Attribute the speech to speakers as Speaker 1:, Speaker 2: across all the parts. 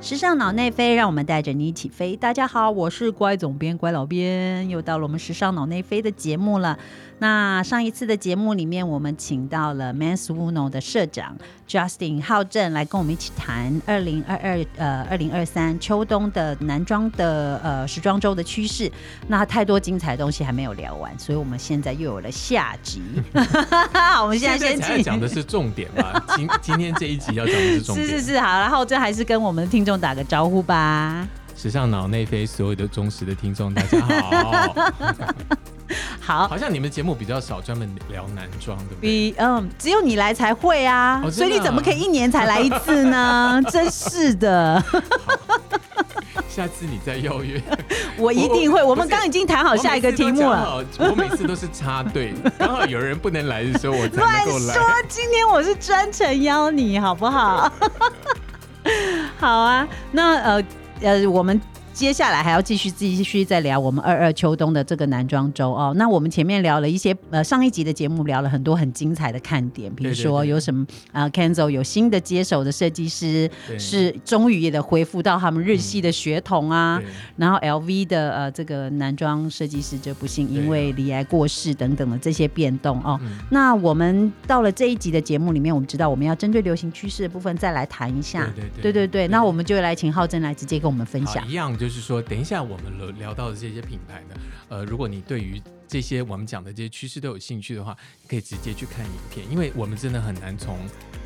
Speaker 1: 时尚脑内飞，让我们带着你一起飞。大家好，我是乖总编乖老编，又到了我们时尚脑内飞的节目了。那上一次的节目里面，我们请到了 Mans Uno 的社长 Justin 浩正来跟我们一起谈二零二二呃二零二三秋冬的男装的呃时装周的趋势。那太多精彩的东西还没有聊完，所以我们现在又有了下集。 我们现在先
Speaker 2: 才要
Speaker 1: 请
Speaker 2: 讲的是重点吧？今今天这一集要讲的是重
Speaker 1: 是
Speaker 2: 点。
Speaker 1: 是是，好，然后这还是跟我们的听众打个招呼吧。
Speaker 2: 时尚脑内飞所有的忠实的听众，大家好。
Speaker 1: 好，
Speaker 2: 好像你们节目比较少专门聊男装，对不对？
Speaker 1: 比嗯，只有你来才会啊，
Speaker 2: 哦真的啊
Speaker 1: 所以你怎么可以一年才来一次 呢？真是的，
Speaker 2: 下次你再邀约。
Speaker 1: 我一定会。
Speaker 2: 我
Speaker 1: 我们刚刚已经谈好下一个题目了。
Speaker 2: 我每次都讲好。我每次都是插队，刚好有人不能来的时候，我才
Speaker 1: 乱
Speaker 2: 能够来
Speaker 1: 说。，今天我是专程邀你，好不好？ 好啊，那呃呃，我们。接下来还要继续继续再聊我们二二秋冬的这个男装周哦。那我们前面聊了一些呃上一集的节目聊了很多很精彩的看点，比如
Speaker 2: 对对
Speaker 1: 说
Speaker 2: 对
Speaker 1: 有什么啊、呃、，Kenzo 有新的接手的设计师，
Speaker 2: 对
Speaker 1: 是终于也得恢复到他们日系的血统啊。
Speaker 2: 嗯对
Speaker 1: 然后 LV 的呃这个男装设计师就不幸
Speaker 2: 对
Speaker 1: 因
Speaker 2: 啊
Speaker 1: 为离癌过世等等的这些变动哦。
Speaker 2: 嗯
Speaker 1: 那我们到了这一集的节目里面，我们知道我们要针对流行趋势的部分再来谈一下。
Speaker 2: 对对对
Speaker 1: 对
Speaker 2: 对
Speaker 1: 那我们就来请浩真来直接跟我们分
Speaker 2: 好，
Speaker 1: 享。
Speaker 2: 啊一样就是说，等一下我们聊聊到的这些品牌呢，呃，如果你对于这些我们讲的这些趋势都有兴趣的话，你可以直接去看影片，因为我们真的很难从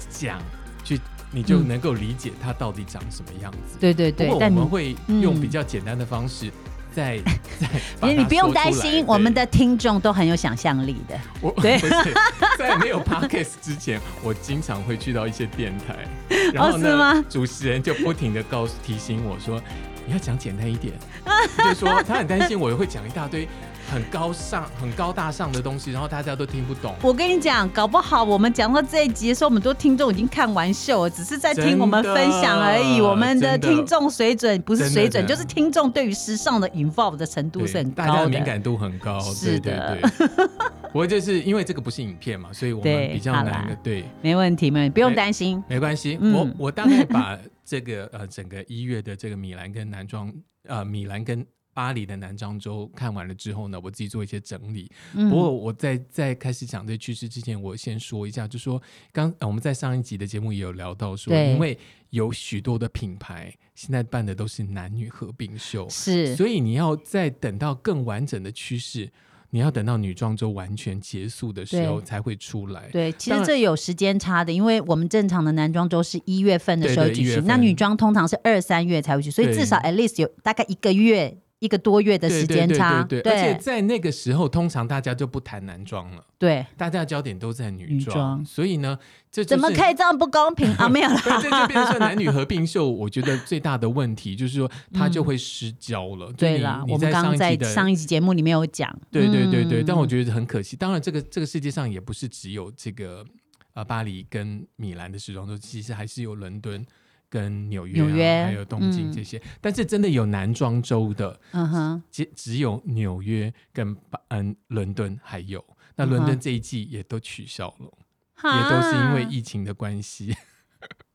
Speaker 2: 讲去，你就能够理解它到底长什么样子。
Speaker 1: 对嗯对
Speaker 2: 不
Speaker 1: 对
Speaker 2: 过，我
Speaker 1: 但你嗯
Speaker 2: 们会用比较简单的方式 再，再把它
Speaker 1: 你不用担
Speaker 2: 说出来
Speaker 1: 心，我们
Speaker 2: 对
Speaker 1: 的听众都很有想象力的。
Speaker 2: 我
Speaker 1: 对
Speaker 2: 不是 在没有 podcast 之前，我经常会去到一些电 台，然后
Speaker 1: 哦是
Speaker 2: 呢，
Speaker 1: 吗
Speaker 2: 主持人就不停的告诉提醒我说。你要讲简单一点， 就说他很担心我会讲一大堆很高尚、很高大上的东西，然后大家都听不懂。
Speaker 1: 我跟你讲，搞不好我们讲到这一集的时候，我们很多听众已经看完秀了，只是在听我们分享而已。
Speaker 2: 真的
Speaker 1: 我们的
Speaker 2: 真的
Speaker 1: 听众水准不是水准，
Speaker 2: 真的
Speaker 1: 就是听众对于时尚的 involve 的程度是
Speaker 2: 对
Speaker 1: 很
Speaker 2: 大家
Speaker 1: 高
Speaker 2: 的
Speaker 1: 的。
Speaker 2: 敏感度很高，
Speaker 1: 是的
Speaker 2: 对对对。不过就是因为这个不是影片嘛，所以我
Speaker 1: 对
Speaker 2: 们比较
Speaker 1: 好
Speaker 2: 难
Speaker 1: 啦
Speaker 2: 的，对，
Speaker 1: 没问题，没问题，不用
Speaker 2: 哎
Speaker 1: 担心。
Speaker 2: 没关系。
Speaker 1: 嗯
Speaker 2: 我我大概把这个 呃整个一月的这个米兰跟男装呃米兰跟巴黎的男装周看完了之后呢，我自己做一些整理。
Speaker 1: 嗯
Speaker 2: 不过我在在开始讲这趋势之前，我先说一下，就说刚、呃我们在上一集的节目也有聊到说，
Speaker 1: 对
Speaker 2: 因为有许多的品牌现在办的都是男女合并秀，
Speaker 1: 是，
Speaker 2: 所以你要再等到更完整的趋势，你要等到女装周完全结束的时候
Speaker 1: 对
Speaker 2: 才会出来。
Speaker 1: 对，其
Speaker 2: 当
Speaker 1: 实
Speaker 2: 然
Speaker 1: 这有时间差的，因为我们正常的男装周是一月份的时候
Speaker 2: 对对
Speaker 1: 举
Speaker 2: 1月
Speaker 1: 行，
Speaker 2: 份
Speaker 1: 那女装通常是二三月才会去，所以
Speaker 2: 对
Speaker 1: 至少 at least 有大概一个月、一个多月的
Speaker 2: 对
Speaker 1: 时
Speaker 2: 对
Speaker 1: 间
Speaker 2: 对
Speaker 1: 差。
Speaker 2: 对对，而且在那个时候，通常大家就不谈男装了，
Speaker 1: 对
Speaker 2: 大家的焦点都在女
Speaker 1: 女
Speaker 2: 装，
Speaker 1: 装
Speaker 2: 所以呢，这就
Speaker 1: 怎
Speaker 2: 是
Speaker 1: 么可以这样不公平啊？没有啦，
Speaker 2: 对，这就变成说男女合并秀，我觉得最大的问题就是说它就会失焦了。就
Speaker 1: 对
Speaker 2: 你
Speaker 1: 啦，
Speaker 2: 你
Speaker 1: 我们刚刚
Speaker 2: 上
Speaker 1: 在
Speaker 2: 一期的
Speaker 1: 上一期节目里面有讲，
Speaker 2: 对对对对，
Speaker 1: 嗯
Speaker 2: 但我觉得很可惜。当然，这个这个世界上也不是只有这个呃巴黎跟米兰的时装周，其实还是有伦敦。跟纽约、啊、
Speaker 1: 纽约
Speaker 2: 还有东京
Speaker 1: 嗯
Speaker 2: 这些，但是真的有男装周的，
Speaker 1: 嗯哼，
Speaker 2: 只只有纽约跟巴嗯伦敦还有。那伦
Speaker 1: 嗯
Speaker 2: 敦
Speaker 1: 哼啊
Speaker 2: 这一季也都取消了，也
Speaker 1: 哈
Speaker 2: 都是因为疫情的关系。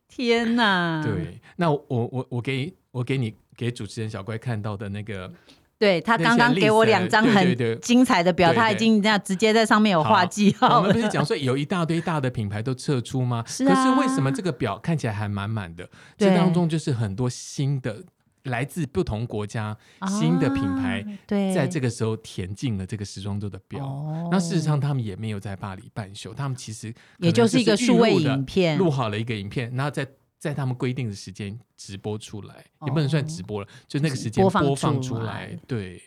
Speaker 1: 天哪，
Speaker 2: 对，那我我我给我给你给主持人小乖看到的那个，
Speaker 1: 对他刚刚给我两张
Speaker 2: 那些 list，对对
Speaker 1: 很
Speaker 2: 对
Speaker 1: 精彩的表，
Speaker 2: 对对
Speaker 1: 他已经这样直接在上面有画记
Speaker 2: 我
Speaker 1: 号
Speaker 2: 们
Speaker 1: 了
Speaker 2: 不。是讲说有一大堆大的品牌都撤出吗？
Speaker 1: 是
Speaker 2: 可
Speaker 1: 啊
Speaker 2: 是为什么这个表看起来还满满的？
Speaker 1: 对
Speaker 2: 这当中就是很多新的来自不同国家新的品牌，
Speaker 1: 啊对，
Speaker 2: 在这
Speaker 1: 个
Speaker 2: 个时候填进了这个时装周的表。
Speaker 1: 哦
Speaker 2: 那事实上，他们也没有在巴黎办秀，他们其实可能
Speaker 1: 也就是
Speaker 2: 是
Speaker 1: 一个数位
Speaker 2: 预录的
Speaker 1: 影片
Speaker 2: 录好了一个影片，然后在在他们规定的时间直播出来，
Speaker 1: 哦
Speaker 2: 也不能算直播了，就那个时间
Speaker 1: 播放
Speaker 2: 播放
Speaker 1: 出
Speaker 2: 出
Speaker 1: 来嗯
Speaker 2: 来。对，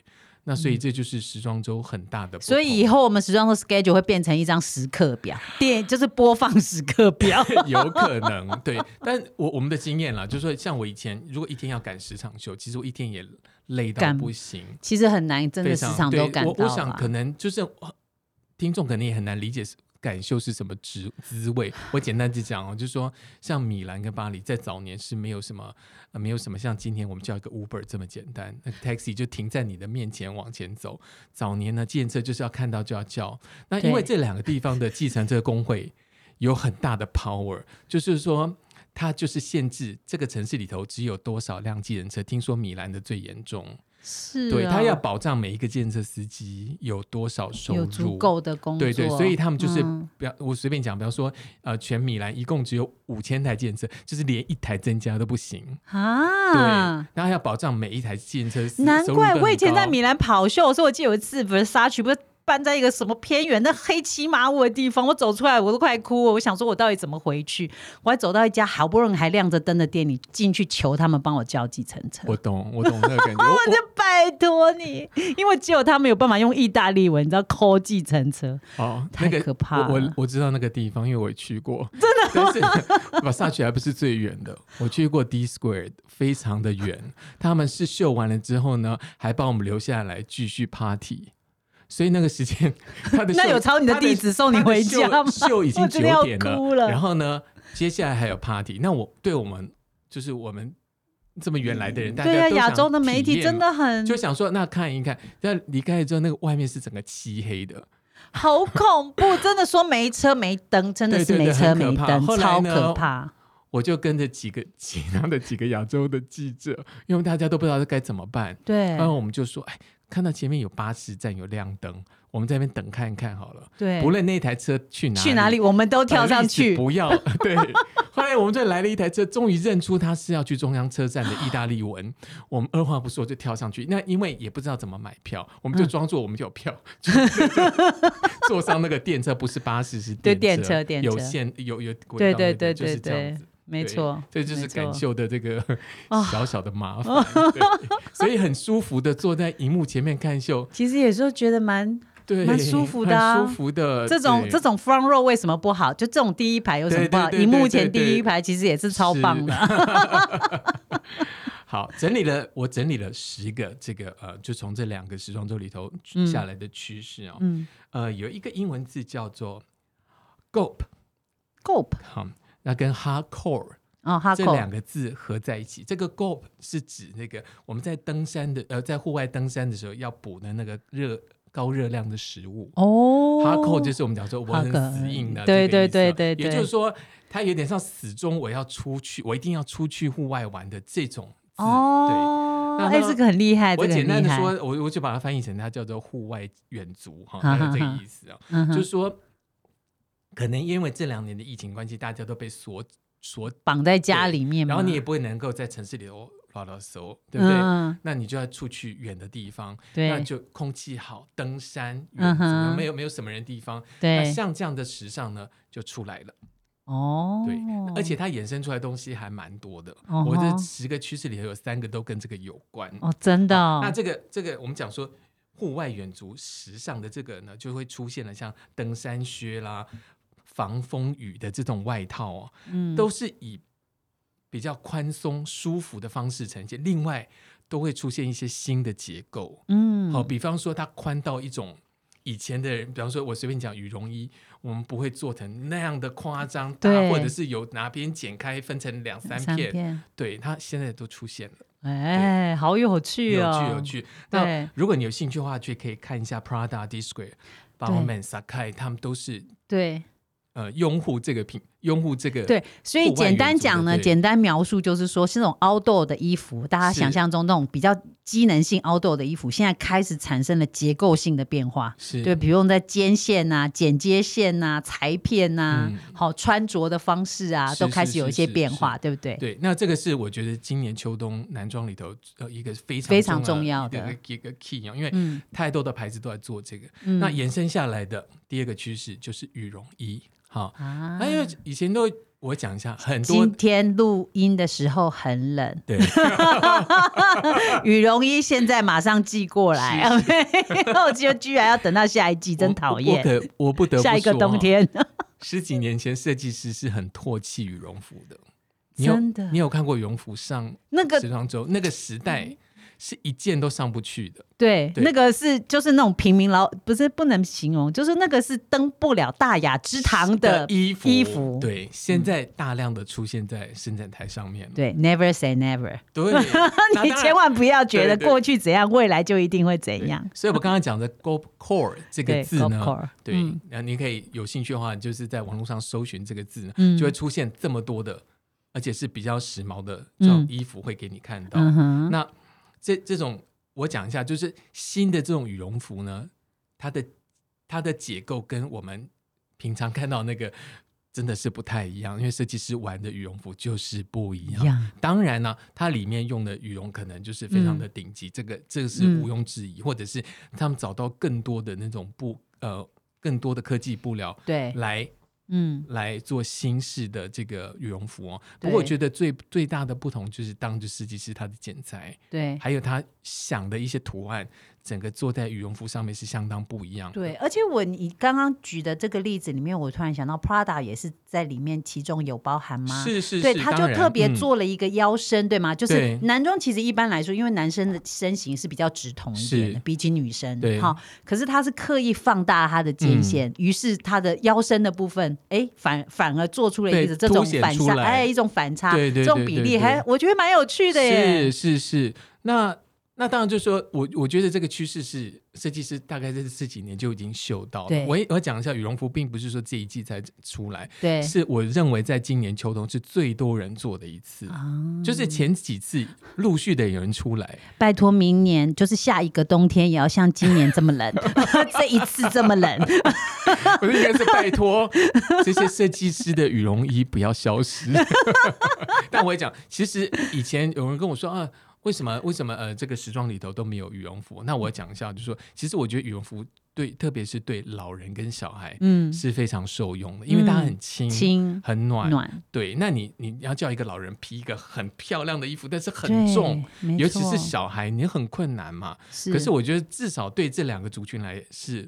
Speaker 2: 那所以这就是时装周很大的不同，
Speaker 1: 所以以后我们时装的 schedule 会变成一张时刻表，电 就是播放时刻表。
Speaker 2: 有可能对。但我我们的经验啦，就是说，像我以前如果一天要赶十场秀，其实我一天也累到
Speaker 1: 赶
Speaker 2: 不行，
Speaker 1: 其实很难，真的
Speaker 2: 非
Speaker 1: 时
Speaker 2: 常
Speaker 1: 常都
Speaker 2: 对
Speaker 1: 赶到啊
Speaker 2: 我我想
Speaker 1: 吧
Speaker 2: 可能就是呃听众可能也很难理解是感受是什么滋滋味。我简单就讲哦，就是说像米兰跟巴黎在早年是没有什么、呃没有什么像今天我们叫一个 Uber 这么简单，那个 taxi 就停在你的面前往前走。早年呢，计程车就是要看到就要叫。那因为
Speaker 1: 对
Speaker 2: 这两个地方的计程车工会有很大的 power，就是说。它就是限制这个城市里头只有多少辆计程车。听说米兰的最严重，
Speaker 1: 是、哦，
Speaker 2: 对，它要保障每一个计程车司机有多少收入，
Speaker 1: 有足够的工作，啊
Speaker 2: 对对，所以他们就是
Speaker 1: 嗯
Speaker 2: 不要、我随便讲，比方说，呃，全米兰一共只有五千台计程车，就是连一台增加都不行。对，
Speaker 1: 啊。
Speaker 2: 然后要保障每一台计程车司，
Speaker 1: 难
Speaker 2: 收入
Speaker 1: 怪
Speaker 2: 都
Speaker 1: 我以
Speaker 2: 很
Speaker 1: 前在
Speaker 2: 高
Speaker 1: 米兰跑秀的时候，我记得有一次不是沙区，不是搬在一个什么偏远的黑漆麻乌的地方，我走出来我都快哭了。我想说，我到底怎么回去？我还走到一家好不容易还亮着灯的店里，进去求他们帮我叫计程车。
Speaker 2: 我懂，我懂那个 感觉。我
Speaker 1: 我就拜托你，因为只有他们有办法用意大利文，你知道 call 计程车，
Speaker 2: 我哦，
Speaker 1: 太
Speaker 2: 那个
Speaker 1: 可怕
Speaker 2: 我
Speaker 1: 了
Speaker 2: 我我知道那个地方，因为我也去过。真的，但是 马萨奇还不是最远的，我去过 D Square，非常的远。他们是秀完了之后呢，还把我们留下来继续 party。所以那个时间， 他的
Speaker 1: 那
Speaker 2: 秀
Speaker 1: 有抄你的
Speaker 2: 他
Speaker 1: 地址送你
Speaker 2: 他的
Speaker 1: 回
Speaker 2: 秀
Speaker 1: 家吗
Speaker 2: 秀已经
Speaker 1: 我
Speaker 2: 九
Speaker 1: 真的要
Speaker 2: 点
Speaker 1: 哭了
Speaker 2: 然后呢，接下来还有 party。那我对我们就是我们这么远来的人，大
Speaker 1: 对
Speaker 2: 家
Speaker 1: 啊，
Speaker 2: 都
Speaker 1: 亚
Speaker 2: 想
Speaker 1: 洲的媒体
Speaker 2: 体验
Speaker 1: 真的很
Speaker 2: 就想说那看一看，但离开了之后，那个外面是整个漆黑的，
Speaker 1: 好恐怖，真的说没车没灯，真的是
Speaker 2: 对对
Speaker 1: 没
Speaker 2: 对
Speaker 1: 车
Speaker 2: 很
Speaker 1: 没
Speaker 2: 可
Speaker 1: 灯，
Speaker 2: 怕后来
Speaker 1: 超
Speaker 2: 呢
Speaker 1: 可怕。
Speaker 2: 我就跟着几个其他的几个亚洲的记者， 因为大家都不知道该怎么办，
Speaker 1: 对
Speaker 2: 然后我们就说，哎，看到前面有巴士站有亮灯，我们在那边等看看好了，
Speaker 1: 对，
Speaker 2: 不论那台车去哪里
Speaker 1: 去哪里我们都跳上
Speaker 2: 呃
Speaker 1: 去。
Speaker 2: 不 要对。后来我们就来了一台车，终于认出他是要去中央车站的意大利文。我们二话不说就跳上去，那因为也不知道怎么买票，
Speaker 1: 嗯
Speaker 2: 我们就装作我们就有票， 就就坐上那个电车，不是巴士是
Speaker 1: 对
Speaker 2: 车，
Speaker 1: 电车电车
Speaker 2: 有线有有轨
Speaker 1: 对
Speaker 2: 道
Speaker 1: 对
Speaker 2: 那
Speaker 1: 对
Speaker 2: 种就
Speaker 1: 对
Speaker 2: 是这样
Speaker 1: 对
Speaker 2: 子。，
Speaker 1: 没
Speaker 2: 对
Speaker 1: 错，
Speaker 2: 这就是
Speaker 1: 没错
Speaker 2: 感。受的这个
Speaker 1: 啊
Speaker 2: 小小的麻烦， 对所以很舒服的坐在荧幕前面看秀，
Speaker 1: 其实有时候觉得蛮
Speaker 2: 对，
Speaker 1: 蛮舒服的啊
Speaker 2: 很舒服的。
Speaker 1: 这种
Speaker 2: 呃对
Speaker 1: 这种 front row 为什么不好？就这种第一排有什么不好？
Speaker 2: 对对对
Speaker 1: 荧幕前
Speaker 2: 对对
Speaker 1: 第一排其实也是超棒的。
Speaker 2: 好，整理了，我整理了十个这个呃，就从这两个时装周里头
Speaker 1: 嗯
Speaker 2: 下来的趋势哦。
Speaker 1: 嗯
Speaker 2: 呃，有一个英文字叫做 “gope”，
Speaker 1: ，Gope
Speaker 2: 好，那跟 “hardcore”
Speaker 1: 哦，哈
Speaker 2: 这
Speaker 1: 口
Speaker 2: 两个字合在一起。这个 “gope” 是指那个我们在登山的呃，在户外登山的时候要补的那个热高热量的食物。
Speaker 1: 哦，
Speaker 2: 哈扣就是我们讲说我很死硬的，
Speaker 1: Hardcore，对嗯
Speaker 2: 这个
Speaker 1: 对对
Speaker 2: 意思啊
Speaker 1: 对对
Speaker 2: 也就是说，它有点像死忠，我要出去，我一定要出去户外玩的这种字。对，
Speaker 1: 哦，
Speaker 2: 那
Speaker 1: 哎，
Speaker 2: 那
Speaker 1: 这个很厉害，
Speaker 2: 我
Speaker 1: 这个
Speaker 2: 简
Speaker 1: 很
Speaker 2: 单
Speaker 1: 厉
Speaker 2: 的
Speaker 1: 害。
Speaker 2: 说，我我就把它翻译成它叫做户外远足哈，
Speaker 1: 哈
Speaker 2: 大
Speaker 1: 哈
Speaker 2: 概这
Speaker 1: 哈
Speaker 2: 个意思啊，
Speaker 1: 嗯哼
Speaker 2: 就是说，可能因为这两年的疫情关系，大家都被锁锁，
Speaker 1: 绑在家里面嘛，
Speaker 2: 然后你也不会能够在城市里头拉拉手，对不对？
Speaker 1: 嗯
Speaker 2: 那你就要出去远的地方，那
Speaker 1: 对
Speaker 2: 就空气好，登山
Speaker 1: 嗯
Speaker 2: 远足，
Speaker 1: 哼
Speaker 2: 没有没有什么人地方，那
Speaker 1: 对，
Speaker 2: 像这样的时尚呢，就出来了。
Speaker 1: 哦，
Speaker 2: 对，而且它衍生出来的东西还蛮多的。
Speaker 1: 哦吼
Speaker 2: 我这十个趋势里头有三个都跟这个有关。
Speaker 1: 哦，真的哦，
Speaker 2: 那这个这个我们讲说。户外远足时尚的这个呢，就会出现了像登山靴啦、防风雨的这种外套哦，
Speaker 1: 嗯
Speaker 2: 都是以比较宽松、舒服的方式呈现。另外，都会出现一些新的结构，
Speaker 1: 嗯
Speaker 2: 好、比方说它宽到一种以前的人，比方说我随便讲羽绒衣，我们不会做成那样的夸张大
Speaker 1: 对，
Speaker 2: 或者是有哪边剪开分成两三片，
Speaker 1: 片，
Speaker 2: 对，它现在都出现了，
Speaker 1: 哎，好有趣
Speaker 2: 有
Speaker 1: 哦，
Speaker 2: 趣有趣。
Speaker 1: 对
Speaker 2: 那如果你有兴趣的话，就可以看一下 Prada、d i s c r e Bauman、Sakai，他们都是
Speaker 1: 对
Speaker 2: 呃拥护这个品，拥护这个
Speaker 1: 对，所以
Speaker 2: 户外
Speaker 1: 简单
Speaker 2: 元素的
Speaker 1: 讲呢，
Speaker 2: 对
Speaker 1: 简单描述就是说，是那种 outdoor 的衣服，大家
Speaker 2: 是
Speaker 1: 想象中那种比较机能性 outdoor 的衣服，现在开始产生了结构性的变化。
Speaker 2: 是
Speaker 1: 对，比如用在肩线呐、剪接线呐、裁片呐、
Speaker 2: 嗯
Speaker 1: 好穿着的方式啊，
Speaker 2: 是
Speaker 1: 都开始
Speaker 2: 是
Speaker 1: 有一
Speaker 2: 是
Speaker 1: 些
Speaker 2: 是
Speaker 1: 变
Speaker 2: 是
Speaker 1: 化，对不对？
Speaker 2: 对，那这个是我觉得今年秋冬男装里头呃一个非常
Speaker 1: 非常重
Speaker 2: 重
Speaker 1: 要
Speaker 2: 的
Speaker 1: 的
Speaker 2: 一个一个 key 啊，因为
Speaker 1: 嗯
Speaker 2: 太多的牌子都在做这个。
Speaker 1: 嗯
Speaker 2: 那延伸下来的第二个趋势就是羽绒衣，好、
Speaker 1: 啊
Speaker 2: 那因为以前都我讲一下很多
Speaker 1: 今。天录音的时候很冷，
Speaker 2: 对，
Speaker 1: 羽绒衣现在马上寄过来，
Speaker 2: 是
Speaker 1: 然后就居然要等到下一季， 真讨
Speaker 2: 我
Speaker 1: 厌。
Speaker 2: 可我不得不
Speaker 1: 下一个
Speaker 2: 说
Speaker 1: 冬
Speaker 2: 哈，
Speaker 1: 天，
Speaker 2: 十几年前设计师是很唾弃羽绒服的。 你有
Speaker 1: 真的
Speaker 2: 你有看过羽绒服上
Speaker 1: 那个
Speaker 2: 时装周？那个时代是一件都上不去的。
Speaker 1: 对，
Speaker 2: 对
Speaker 1: 那个是就是那种平民老，不是不能形容，就是那个是登不了大雅之堂的
Speaker 2: 衣服
Speaker 1: 衣服。嗯
Speaker 2: 对，现在大量的出现在伸展台上面了。
Speaker 1: 对，Never say never，
Speaker 2: 对，
Speaker 1: 你
Speaker 2: 那当然
Speaker 1: 千万不要觉得
Speaker 2: 对对
Speaker 1: 过去怎样，未来就一定会怎
Speaker 2: 对
Speaker 1: 样。
Speaker 2: 所以我刚刚讲的 “go core” 这个
Speaker 1: 对
Speaker 2: 字
Speaker 1: ，gold core，
Speaker 2: 呢，对
Speaker 1: 嗯，
Speaker 2: 那、你可以有兴趣的话，就是在网络上搜寻这个字呢，
Speaker 1: 嗯
Speaker 2: 就会出现这么多的而且是比较时髦的这种
Speaker 1: 嗯
Speaker 2: 衣服会给你看到。
Speaker 1: 嗯哼，
Speaker 2: 那这这种我讲一下，就是新的这种羽绒服呢，它的它的结构跟我们平常看到那个真的是不太一样，因为设计师玩的羽绒服就是不一样。
Speaker 1: 一样
Speaker 2: 当然呢、它里面用的羽绒可能就是非
Speaker 1: 嗯
Speaker 2: 常的顶级，这个这个是毋庸置疑，或者是他们找到更多的那种布呃更多的科技布料
Speaker 1: 对，
Speaker 2: 来
Speaker 1: 嗯，
Speaker 2: 来做新式的这个羽绒服哦。
Speaker 1: 对
Speaker 2: 不过我觉得最最大的不同就是当着设计师他的剪裁，
Speaker 1: 对。
Speaker 2: 还有他想的一些图案，整个做在羽绒服上面是相当不一样的。
Speaker 1: 对，而且我你刚刚举的这个例子里面，我突然想到，Prada 也是在里面，其中有包含吗？
Speaker 2: 是是是，
Speaker 1: 对，他就
Speaker 2: 当然
Speaker 1: 特别
Speaker 2: 嗯
Speaker 1: 做了一个腰身，对吗？就是
Speaker 2: 对
Speaker 1: 男装其实一般来说，因为男生的身形是比较直筒一点的，
Speaker 2: 是
Speaker 1: 比起女生，
Speaker 2: 对嗯
Speaker 1: 好，可是他是刻意放大他的肩线，于是他的腰身的部分，哎，反反而做出了一
Speaker 2: 对
Speaker 1: 个这种
Speaker 2: 凸显
Speaker 1: 反
Speaker 2: 出
Speaker 1: 差，
Speaker 2: 来
Speaker 1: 哎，一种反差，
Speaker 2: 对对
Speaker 1: 这种
Speaker 2: 对
Speaker 1: 比
Speaker 2: 对
Speaker 1: 例
Speaker 2: 对
Speaker 1: 还我觉得蛮有趣的耶
Speaker 2: 是，是是，那那当然就是说我我觉得这个趋势是设计师大概在这几年就已经嗅到
Speaker 1: 对
Speaker 2: 了。我也我讲一下，羽绒服并不是说这一季才出来，
Speaker 1: 对
Speaker 2: 是我认为在今年秋冬是最多人做的一次。
Speaker 1: 啊，
Speaker 2: 就是前几次陆续的有人出来，
Speaker 1: 拜托明年就是下一个冬天也要像今年这么冷， 这一次这么 冷，
Speaker 2: 我就觉得是拜托这些设计师的羽绒衣不要消失。 但我也讲，其实以前有人跟我说啊，为什么为什么呃这个时装里头都没有羽绒服？那我讲一下，就是说，其实我觉得羽绒服对，特别是对老人跟小孩
Speaker 1: 嗯，
Speaker 2: 是非常受用的，因为它很轻。
Speaker 1: 轻
Speaker 2: 很暖，
Speaker 1: 暖
Speaker 2: 对。那你你要叫一个老人披一个很漂亮的衣服，但是很重，，
Speaker 1: 对没
Speaker 2: 尤其
Speaker 1: 错
Speaker 2: 是小孩，你很困难嘛。
Speaker 1: 是
Speaker 2: 可是我觉得至少对这两个族群来是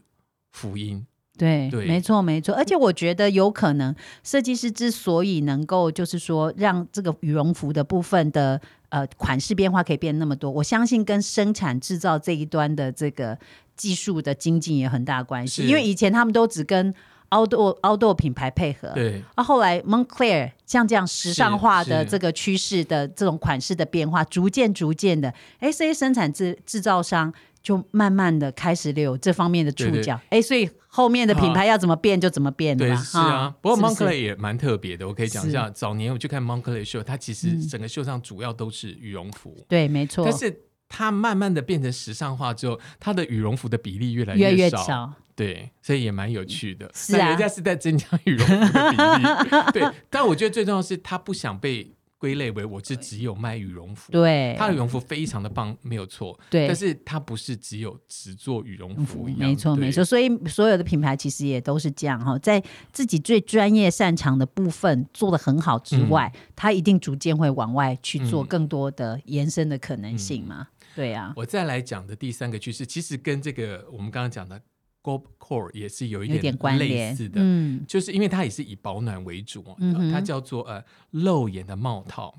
Speaker 2: 福音，
Speaker 1: 对，
Speaker 2: 对
Speaker 1: 没错没错，而且我觉得有可能设计师之所以能够就是说让这个羽绒服的部分的呃款式变化可以变那么多，我相信跟生产制造这一端的这个技术的精进也很大关系，
Speaker 2: 是
Speaker 1: 因为以前他们都只跟 outdoor outdoor 品牌配合，
Speaker 2: 对。
Speaker 1: 啊，后来 Moncler 像这样时尚化的
Speaker 2: 是
Speaker 1: 这个趋势的这种款式的变化，逐渐逐渐的，哎，这些生产制制造商就慢慢的开始有这方面的触
Speaker 2: 对对啊
Speaker 1: 角，哎，所以后面的品牌要怎么变就怎么变的
Speaker 2: 对，
Speaker 1: 嘛，
Speaker 2: 是啊。不过
Speaker 1: 是是
Speaker 2: Moncler 也蛮特别的，我可以讲一下。早年我去看 Moncler 秀，它其实
Speaker 1: 嗯
Speaker 2: 整个秀上主要都是羽绒服，
Speaker 1: 对，没错
Speaker 2: 但，是它慢慢的变成时尚化之后，它的羽绒服的比例越来
Speaker 1: 越来越
Speaker 2: 少。
Speaker 1: 少，
Speaker 2: 对，所以也蛮有趣的。
Speaker 1: 是啊
Speaker 2: 那人家是在增加羽绒服的比 例。对，但我觉得最重要的是，它不想被归类为我是只有卖羽绒服。
Speaker 1: 对，
Speaker 2: 它的羽绒服非常的棒，没有错。
Speaker 1: 对
Speaker 2: 但。是它不是只有只做羽绒服一样。
Speaker 1: 没错，
Speaker 2: 对
Speaker 1: 没错，。所以所有的品牌其实也都是这样哈，在自己最专业擅长的部分做得很好之外，它一定逐渐会往外去做
Speaker 2: 嗯
Speaker 1: 更多的延伸的可能性嘛。对啊，
Speaker 2: 我再来讲的第三个趋势，其实跟这个我们刚刚讲的 g o b Core 也是有一
Speaker 1: 有点关
Speaker 2: 类
Speaker 1: 联
Speaker 2: 似，的，
Speaker 1: 嗯，
Speaker 2: 就是因为它也是以保暖为主哦，
Speaker 1: 嗯哼
Speaker 2: 它叫做呃露眼的帽套。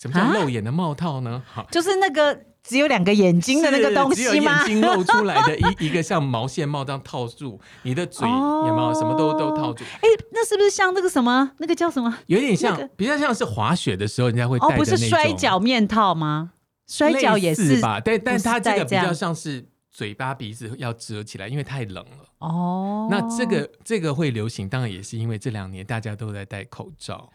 Speaker 2: 什么
Speaker 1: 啊
Speaker 2: 叫露眼的帽套呢？好、
Speaker 1: 就是那个只有两个眼睛的那个东
Speaker 2: 是
Speaker 1: 西
Speaker 2: 只有眼
Speaker 1: 吗？
Speaker 2: 睛露出来的一一个像毛线帽这样套住，你的嘴、
Speaker 1: 哦
Speaker 2: 有没有什么都都套住，
Speaker 1: 哎，那是不是像那个什么，那个叫什么？
Speaker 2: 有点像、
Speaker 1: 那个
Speaker 2: 比较像是滑雪的时候人家会戴
Speaker 1: 哦
Speaker 2: 的，
Speaker 1: 不
Speaker 2: 那种，
Speaker 1: 是摔跤面套吗？摔跤也
Speaker 2: 类
Speaker 1: 是
Speaker 2: 似吧？但但
Speaker 1: 不是
Speaker 2: 它这
Speaker 1: 戴
Speaker 2: 个
Speaker 1: 这
Speaker 2: 比
Speaker 1: 样
Speaker 2: 较像是嘴巴鼻子要遮起来，因为太冷了。
Speaker 1: 哦。
Speaker 2: 那这个这个会流行，当然也是因为这两年大家都在戴口罩，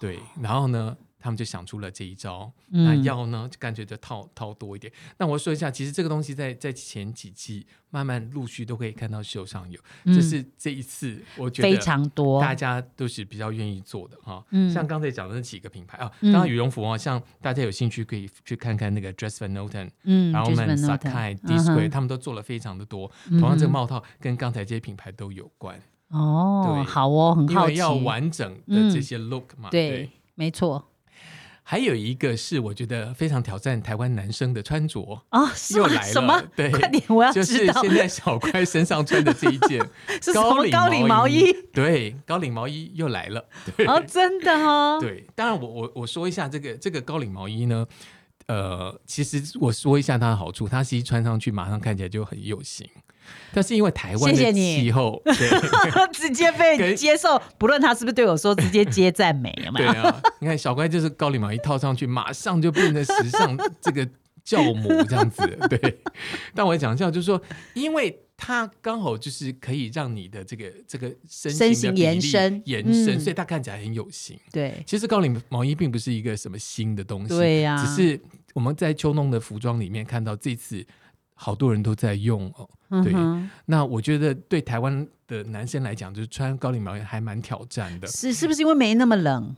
Speaker 2: 对，然后呢，他们就想出了这一招。
Speaker 1: 嗯
Speaker 2: 那药呢，就干脆就套套多一点。那我说一下，其实这个东西在在前几季慢慢陆续都可以看到秀上有，
Speaker 1: 嗯
Speaker 2: 这是这一次我觉
Speaker 1: 非
Speaker 2: 得
Speaker 1: 常多，
Speaker 2: 大家都是比较愿意做的哈。
Speaker 1: 嗯
Speaker 2: 像刚才讲的那几个品牌啊，
Speaker 1: 嗯
Speaker 2: 刚刚羽绒服啊，像大家有兴趣可以去看看那个 Dress Van Noten，
Speaker 1: 嗯，
Speaker 2: 然后
Speaker 1: 就是
Speaker 2: Man
Speaker 1: Manhattan
Speaker 2: Sakai、
Speaker 1: 嗯
Speaker 2: Display，
Speaker 1: 哼
Speaker 2: 他们都做了非常的多。
Speaker 1: 嗯哼
Speaker 2: 同样，这个帽套跟刚才这些品牌都有关，
Speaker 1: 哦，
Speaker 2: 对
Speaker 1: 好哦，很
Speaker 2: 因
Speaker 1: 好
Speaker 2: 为
Speaker 1: 奇，嗯
Speaker 2: 要完整的这些 look 嘛。
Speaker 1: 对，没错
Speaker 2: 还有一个是我觉得非常挑战台湾男生的穿着，
Speaker 1: 哦，是
Speaker 2: 又
Speaker 1: 吗？
Speaker 2: 来了
Speaker 1: 什么？
Speaker 2: 对
Speaker 1: 快点，我要
Speaker 2: 就是
Speaker 1: 啊知道
Speaker 2: 现在小乖身上穿的这一件
Speaker 1: 是什么高领毛衣？
Speaker 2: 对，高领毛衣又来了。
Speaker 1: 哦，真的哦，
Speaker 2: 对，当然我我我说一下这个这个高领毛衣呢，呃，其实我说一下它的好处，它其实穿上去马上看起来就很有型，但是因为台湾
Speaker 1: 谢谢
Speaker 2: 的
Speaker 1: 你
Speaker 2: 气候，对。
Speaker 1: 直接被
Speaker 2: 跟
Speaker 1: 接受，不论他是不是对我说，直接接赞美，有没
Speaker 2: 对
Speaker 1: 有？
Speaker 2: 啊，你看小乖就是高领毛衣套上去，马上就变成 时尚这个教母这样子。对，但我讲一下，就是说，因为它刚好就是可以让你的这个这个身
Speaker 1: 身
Speaker 2: 形
Speaker 1: 形
Speaker 2: 的比
Speaker 1: 延
Speaker 2: 例
Speaker 1: 伸
Speaker 2: 延伸，
Speaker 1: 嗯
Speaker 2: 所以它看起来很有型。
Speaker 1: 对
Speaker 2: 其实高领毛衣并不是一个什么新的东西，
Speaker 1: 对呀、
Speaker 2: 只是我们在秋冬的服装里面看到这次好多人都在用哦。
Speaker 1: 嗯
Speaker 2: 对
Speaker 1: 哼
Speaker 2: 那我觉得对台湾的男生来讲，就是穿高领毛衣还蛮挑战的。
Speaker 1: 是是不是因为没那么冷？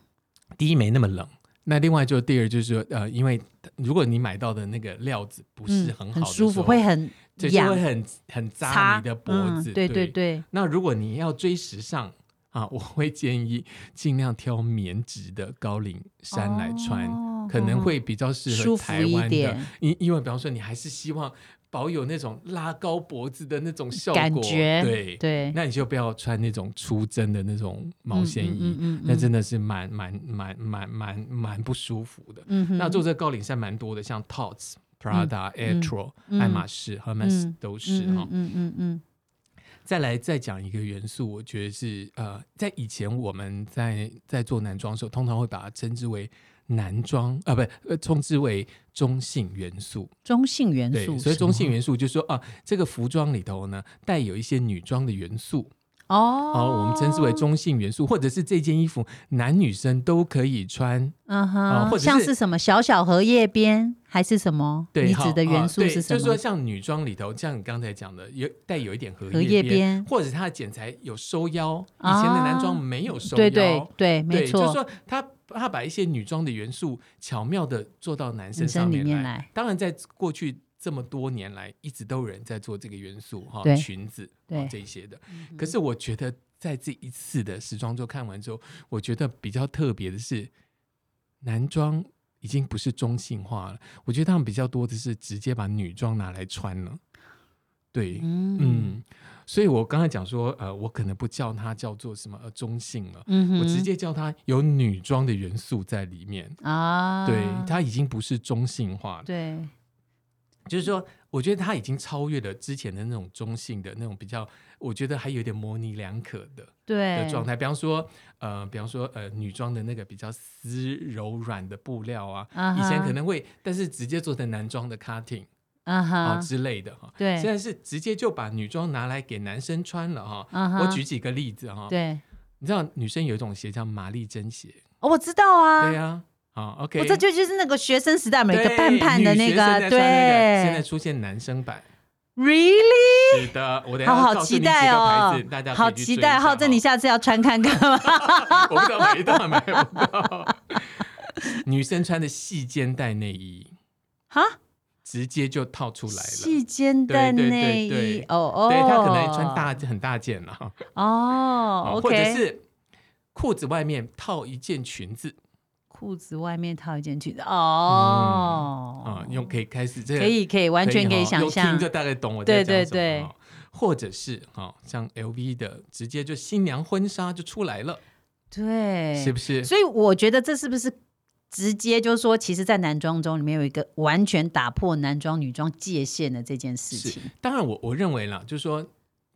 Speaker 2: 第一没那么冷，那另外就第二就是说，呃，因为如果你买到的那个料子不是
Speaker 1: 嗯
Speaker 2: 很好
Speaker 1: 很
Speaker 2: 的、
Speaker 1: 舒服，会很
Speaker 2: 对就
Speaker 1: 痒
Speaker 2: 会，很很扎
Speaker 1: 擦
Speaker 2: 你的脖子。
Speaker 1: 嗯对对
Speaker 2: 对
Speaker 1: 对，
Speaker 2: 那如果你要追时尚啊， 我会建议尽量挑棉质的高领衫来穿，
Speaker 1: 哦
Speaker 2: 可能
Speaker 1: 嗯
Speaker 2: 会比较适合
Speaker 1: 舒服
Speaker 2: 台
Speaker 1: 一
Speaker 2: 湾的
Speaker 1: 点。
Speaker 2: 因因为比方说，你还是希望保有那种拉高脖子的那种效果，
Speaker 1: 感觉，
Speaker 2: 对。
Speaker 1: 对，
Speaker 2: 那你就不要穿那种出针的那种毛线衣，
Speaker 1: 嗯嗯嗯嗯
Speaker 2: 那真的是蛮蛮蛮蛮蛮蛮不舒服的。
Speaker 1: 嗯哼
Speaker 2: 那做这个高领衫蛮多的，像 Tots、Prada、
Speaker 1: 嗯
Speaker 2: Etro、
Speaker 1: 嗯
Speaker 2: 爱马仕、Hermes 都是哈、
Speaker 1: 嗯嗯嗯嗯
Speaker 2: 再来再讲一个元素，我觉得是呃，在以前我们在在做男装的时候，通常会把它称之为男装啊，不呃，称之为中性元素。
Speaker 1: 嗯，中性元
Speaker 2: 对，
Speaker 1: 素，
Speaker 2: 所以中性元素就是说啊，这个服装里头呢带有一些女装的元素，
Speaker 1: 哦，
Speaker 2: 哦，我们称之为，中性元素，或者是这件衣服男女生都可以穿。
Speaker 1: 嗯
Speaker 2: 哦
Speaker 1: 哼，
Speaker 2: 或者
Speaker 1: 像
Speaker 2: 是
Speaker 1: 是什么小小荷叶边还是什么？
Speaker 2: 对，
Speaker 1: 你
Speaker 2: 好
Speaker 1: 指的元素
Speaker 2: 啊对
Speaker 1: 是什么？
Speaker 2: 就是说，像女装里头，像你刚才讲的，有带有一点荷
Speaker 1: 荷叶边
Speaker 2: 或者它的剪裁有收腰，以
Speaker 1: 啊
Speaker 2: 前的男装没有收腰，
Speaker 1: 对对对，
Speaker 2: 对
Speaker 1: 没
Speaker 2: 就是
Speaker 1: 错，
Speaker 2: 说他他把一些女装的元素巧妙的做到男生
Speaker 1: 人
Speaker 2: 上
Speaker 1: 生里
Speaker 2: 面
Speaker 1: 面
Speaker 2: 来。
Speaker 1: 来，
Speaker 2: 当然，在过去这么多年来，一直都有人在做这个元素哈，
Speaker 1: 对
Speaker 2: 裙子
Speaker 1: 对
Speaker 2: 哈这一些的。可是我觉得在这一次的时装周看完之后，我觉得比较特别的是，男装已经不是中性化了，我觉得他们比较多的是直接把女装拿来穿了。对，
Speaker 1: 嗯
Speaker 2: 嗯，所以我刚才讲说，呃，我可能不叫它叫做什么呃中性了，
Speaker 1: 嗯哼，
Speaker 2: 我直接叫它有女装的元素在里面。
Speaker 1: 啊，
Speaker 2: 对，它已经不是中性化了，
Speaker 1: 对
Speaker 2: 就是说，我觉得它已经超越了之前的那种中性的那种比较，我觉得还有点模棱两可的的
Speaker 1: 对
Speaker 2: 状态。比方说，呃，比方说，呃，女装的那个比较丝柔软的布料啊，
Speaker 1: 啊
Speaker 2: 以前
Speaker 1: 哈
Speaker 2: 可能会，但是直接做成男装的 cutting
Speaker 1: 啊
Speaker 2: 啊
Speaker 1: 哈，
Speaker 2: 之类的哈。
Speaker 1: 对
Speaker 2: 现在是直接就把女装拿来给男生穿了哈。
Speaker 1: 啊哈，
Speaker 2: 我举几个例子哈，
Speaker 1: 对，
Speaker 2: 你知道女生有一种鞋叫玛丽珍鞋，
Speaker 1: 哦，我知道啊，
Speaker 2: 对呀、啊，啊，OK，
Speaker 1: 我这就就是那个学生时代每个
Speaker 2: 对
Speaker 1: 盼盼的
Speaker 2: 女
Speaker 1: 那
Speaker 2: 学生
Speaker 1: 个，
Speaker 2: 在穿那个现
Speaker 1: 对
Speaker 2: 在出现男生版，
Speaker 1: ，really，
Speaker 2: 是的，我等一下
Speaker 1: 好好
Speaker 2: 告诉
Speaker 1: 期
Speaker 2: 你几
Speaker 1: 待
Speaker 2: 个
Speaker 1: 哦
Speaker 2: 牌子大家，可
Speaker 1: 好
Speaker 2: 以去
Speaker 1: 期
Speaker 2: 追
Speaker 1: 待，
Speaker 2: 一下
Speaker 1: 浩正，你
Speaker 2: 哦
Speaker 1: 下次要穿看看吗？
Speaker 2: 我不知道买到没有，我不知道。女生穿的细肩带内衣
Speaker 1: 哈，
Speaker 2: 直接就套出来了。
Speaker 1: 细肩带
Speaker 2: 对对
Speaker 1: 内
Speaker 2: 对
Speaker 1: 衣
Speaker 2: 对，
Speaker 1: 哦哦，
Speaker 2: 对她可能穿大很大件了哈，
Speaker 1: 哦
Speaker 2: 啊或者
Speaker 1: ，OK，
Speaker 2: 是裤子外面套一件裙子
Speaker 1: 裤子外面套一件裙子，哦，
Speaker 2: 啊，用可以开始这个
Speaker 1: 可以可以，完全可以
Speaker 2: 哈
Speaker 1: 想
Speaker 2: 有
Speaker 1: 象
Speaker 2: 听就，大概懂我
Speaker 1: 对
Speaker 2: 在讲
Speaker 1: 对
Speaker 2: 什
Speaker 1: 对
Speaker 2: 么哈。或者是哈，像 LV 的直接就新娘婚纱就出来了，
Speaker 1: 对，
Speaker 2: 是不是？
Speaker 1: 所以我觉得这是不是直接就是说，其实，在男装中里面有一个完全打破男装女装界限的这件事情。
Speaker 2: 当然我，我认为啦，就是说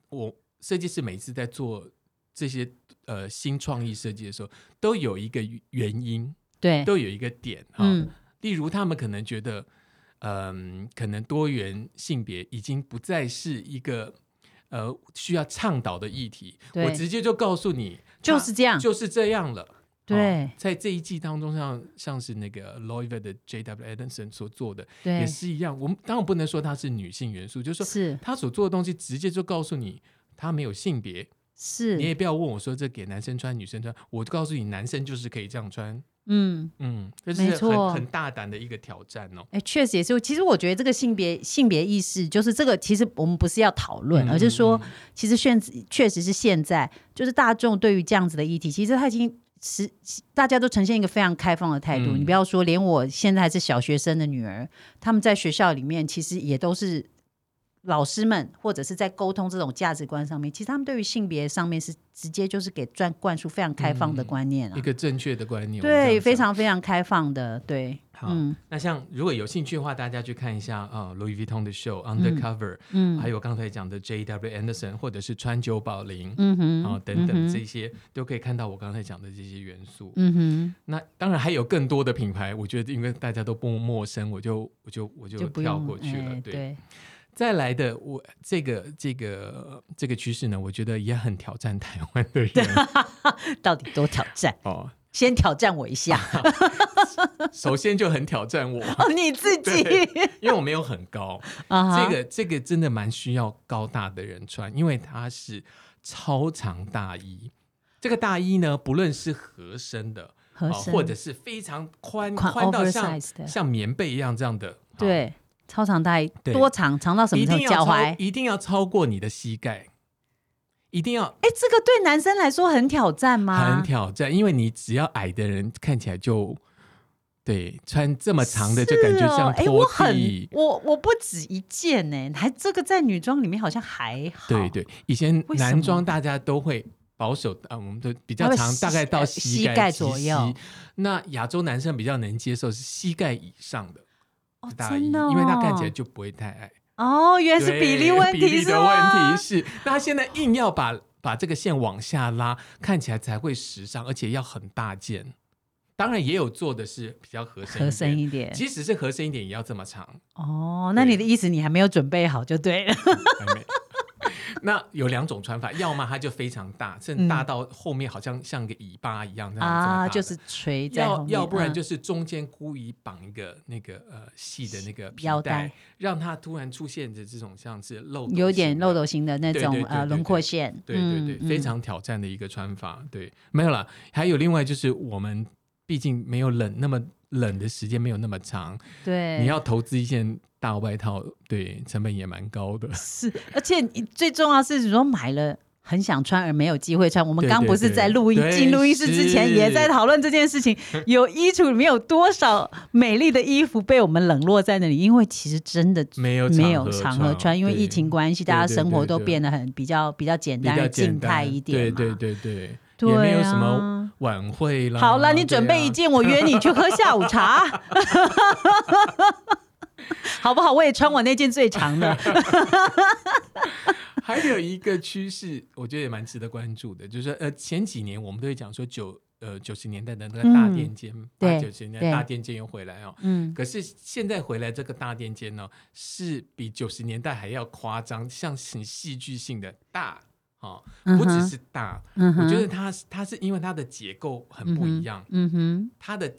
Speaker 2: 我设计师每次在做这些呃新创意设计的时候，都有一个原因，
Speaker 1: 对，
Speaker 2: 都有一个点哈。
Speaker 1: 嗯，
Speaker 2: 例如，他们可能觉得，嗯、可能多元性别已经不再是一个。呃，需要倡导的议题，
Speaker 1: 对
Speaker 2: 我直接就告诉你，
Speaker 1: 就是这样
Speaker 2: 就是这样了。
Speaker 1: 对
Speaker 2: 哦在这一季当中像像是那个 l o i v e 的 J.W. Edison 所做的，
Speaker 1: 对
Speaker 2: 也，是一样。我们当然不能说它是女性元素，就是说
Speaker 1: 是
Speaker 2: 他所做的东西直接就告诉你他没有性别，你也
Speaker 1: 是，
Speaker 2: 不要问我说这给男生穿女生穿，我就告诉你男生就是可以这样穿，
Speaker 1: 嗯，
Speaker 2: 嗯，这是
Speaker 1: 没错
Speaker 2: 很很大胆的一个挑战哦。
Speaker 1: 哎，确实也是。其实我觉得这个性别性别意识，就是这个，其实我们不是要讨论，而是说，
Speaker 2: 嗯，嗯
Speaker 1: 其实现确实是现在，就是大众对于这样子的议题，其实他已经是大家都呈现一个非常开放的态度。
Speaker 2: 嗯
Speaker 1: 你不要说，连我现在还是小学生的女儿，他们在学校里面其实也都是老师们或者是在沟通这种价值观上面，其实他们对于性别上面是直接就是给灌灌输非常开放的观念
Speaker 2: 嗯
Speaker 1: 啊，
Speaker 2: 一个正确的观念，我们这
Speaker 1: 对，
Speaker 2: 样讲
Speaker 1: 非。常非常开放的，对，
Speaker 2: 好
Speaker 1: 嗯
Speaker 2: 那像如果有兴趣的话，大家去看一下啊、l o uis Vuitton 的 show Undercover，、
Speaker 1: 嗯
Speaker 2: 还有刚才讲的 J.W. Anderson，或者是川久保玲。
Speaker 1: 嗯哼，
Speaker 2: 啊、等等，
Speaker 1: 嗯哼
Speaker 2: 这些都可以看到我刚才讲的这些元素。
Speaker 1: 嗯哼。
Speaker 2: 那当然还有更多的品牌，我觉得因为大家都不陌生，我就我就我就
Speaker 1: 就不
Speaker 2: 跳
Speaker 1: 用
Speaker 2: 过去了。
Speaker 1: 哎
Speaker 2: 对，
Speaker 1: 对，
Speaker 2: 再来的我这个这个这个趋势呢，我觉得也很挑战台湾的人
Speaker 1: 啊到底多挑战？
Speaker 2: 哦。
Speaker 1: 先挑战我一 下，
Speaker 2: 首先就很挑战我，
Speaker 1: 哦，你自
Speaker 2: 对
Speaker 1: 己
Speaker 2: 因为我没有很高，
Speaker 1: 啊
Speaker 2: 这个这个真的蛮需要高大的人穿，因为它是超长大衣。这个大衣呢，不论是合身的，
Speaker 1: 合
Speaker 2: 啊
Speaker 1: 身
Speaker 2: 或者是非常宽
Speaker 1: 哦宽
Speaker 2: 宽到像
Speaker 1: oversize 的
Speaker 2: 像棉被一样这样的，啊，
Speaker 1: 对超长带
Speaker 2: 对
Speaker 1: 多长，长到什么
Speaker 2: 一
Speaker 1: 时候
Speaker 2: 定要
Speaker 1: 脚
Speaker 2: 超
Speaker 1: 踝？
Speaker 2: 一定要超过你的膝盖，一定要
Speaker 1: 哎，这个对男生来说很挑战吗？
Speaker 2: 很挑战，因为你只要矮的人看起来就对穿这么长的就感觉
Speaker 1: 是哦
Speaker 2: 像
Speaker 1: 哎，我
Speaker 2: 拖
Speaker 1: 很
Speaker 2: 地。
Speaker 1: 我我不止一件呢，还这个在女装里面好像还好，
Speaker 2: 对对，以前
Speaker 1: 为什
Speaker 2: 男
Speaker 1: 么
Speaker 2: 装大家都会保守，啊，我们都比
Speaker 1: 它
Speaker 2: 较
Speaker 1: 会
Speaker 2: 长，大
Speaker 1: 膝
Speaker 2: 概到
Speaker 1: 呃
Speaker 2: 膝
Speaker 1: 膝
Speaker 2: 盖
Speaker 1: 盖
Speaker 2: 及
Speaker 1: 左
Speaker 2: 膝
Speaker 1: 右。
Speaker 2: 那亚洲男生比较能接受是膝盖以上的
Speaker 1: 哦，
Speaker 2: 大衣，
Speaker 1: 真的哦，
Speaker 2: 因为他看起来就不会太矮。
Speaker 1: 哦，原来是比例问
Speaker 2: 对比
Speaker 1: 题
Speaker 2: 例
Speaker 1: 是
Speaker 2: 的
Speaker 1: 吗
Speaker 2: 问题是，那他现在硬要把把这个线往下拉，看起来才会时尚，而且要很大件。当然也有做的是比较合身一点，
Speaker 1: 合身一点
Speaker 2: 即使是合身一点，也要这 么长。
Speaker 1: 哦，那你的意思你还没有准备好就对了，
Speaker 2: 还没那有两种穿法，要么它就非常大，甚至大到后面好像像个尾巴一样这样这么大
Speaker 1: 啊，
Speaker 2: 的
Speaker 1: 就是垂在后
Speaker 2: 要
Speaker 1: 面，
Speaker 2: 要不然
Speaker 1: 嗯
Speaker 2: 就是中间故意绑一个那个呃细的那个皮
Speaker 1: 腰带
Speaker 2: 带，让它突然出现的这种像是漏斗
Speaker 1: 有点
Speaker 2: 型的
Speaker 1: 漏斗型的那
Speaker 2: 对
Speaker 1: 种
Speaker 2: 对对
Speaker 1: 呃
Speaker 2: 对
Speaker 1: 轮
Speaker 2: 对
Speaker 1: 廓线，
Speaker 2: 对对对，
Speaker 1: 嗯
Speaker 2: 非
Speaker 1: 嗯
Speaker 2: 常挑战的一个穿法。对，没有啦，还有另外就是我们毕竟没有冷那么冷的时间没有那么长，
Speaker 1: 嗯对，
Speaker 2: 你要投资一件大外套，对，成本也蛮 高的。
Speaker 1: 是，而且你最重要是，你说买了。很想穿而没有机会穿。我们
Speaker 2: 对
Speaker 1: 刚
Speaker 2: 对
Speaker 1: 不是
Speaker 2: 对
Speaker 1: 在录音
Speaker 2: 对
Speaker 1: 进录音室之前
Speaker 2: 是
Speaker 1: 也在讨论这件 事情，有衣橱里面有多少美丽的衣服被我们冷落在那里？因为其实真的
Speaker 2: 没有
Speaker 1: 没有
Speaker 2: 场
Speaker 1: 场
Speaker 2: 合
Speaker 1: 合穿，因为疫情关系，
Speaker 2: 对
Speaker 1: 大家
Speaker 2: 对
Speaker 1: 生活
Speaker 2: 对
Speaker 1: 都
Speaker 2: 对
Speaker 1: 变得很比较比较简
Speaker 2: 比
Speaker 1: 单、
Speaker 2: 较
Speaker 1: 而
Speaker 2: 简
Speaker 1: 静态
Speaker 2: 单
Speaker 1: 一点嘛。
Speaker 2: 对对对对，
Speaker 1: 对
Speaker 2: 也没有什
Speaker 1: 啊
Speaker 2: 么晚会啦。
Speaker 1: 好了，你
Speaker 2: 对
Speaker 1: 准备
Speaker 2: 啊
Speaker 1: 一件，我约你去喝下午 茶，好不好？我也穿我那件最长 的，
Speaker 2: 还有一个趋势，我觉得也蛮值得关注的，就是说呃，前几年我们都会讲说九呃九十年代的那个大
Speaker 1: 嗯
Speaker 2: 垫肩，
Speaker 1: 对
Speaker 2: 九十年
Speaker 1: 对
Speaker 2: 代大垫肩又回来哦。
Speaker 1: 嗯，
Speaker 2: 可是现在回来这个大垫肩呢，是比九十年代还要夸张，像很戏剧性的大哦，
Speaker 1: 嗯
Speaker 2: 不只
Speaker 1: 哼
Speaker 2: 是大，
Speaker 1: 嗯哼
Speaker 2: 我觉得它是它是因为它的结构很不一样，
Speaker 1: 嗯哼。
Speaker 2: 它的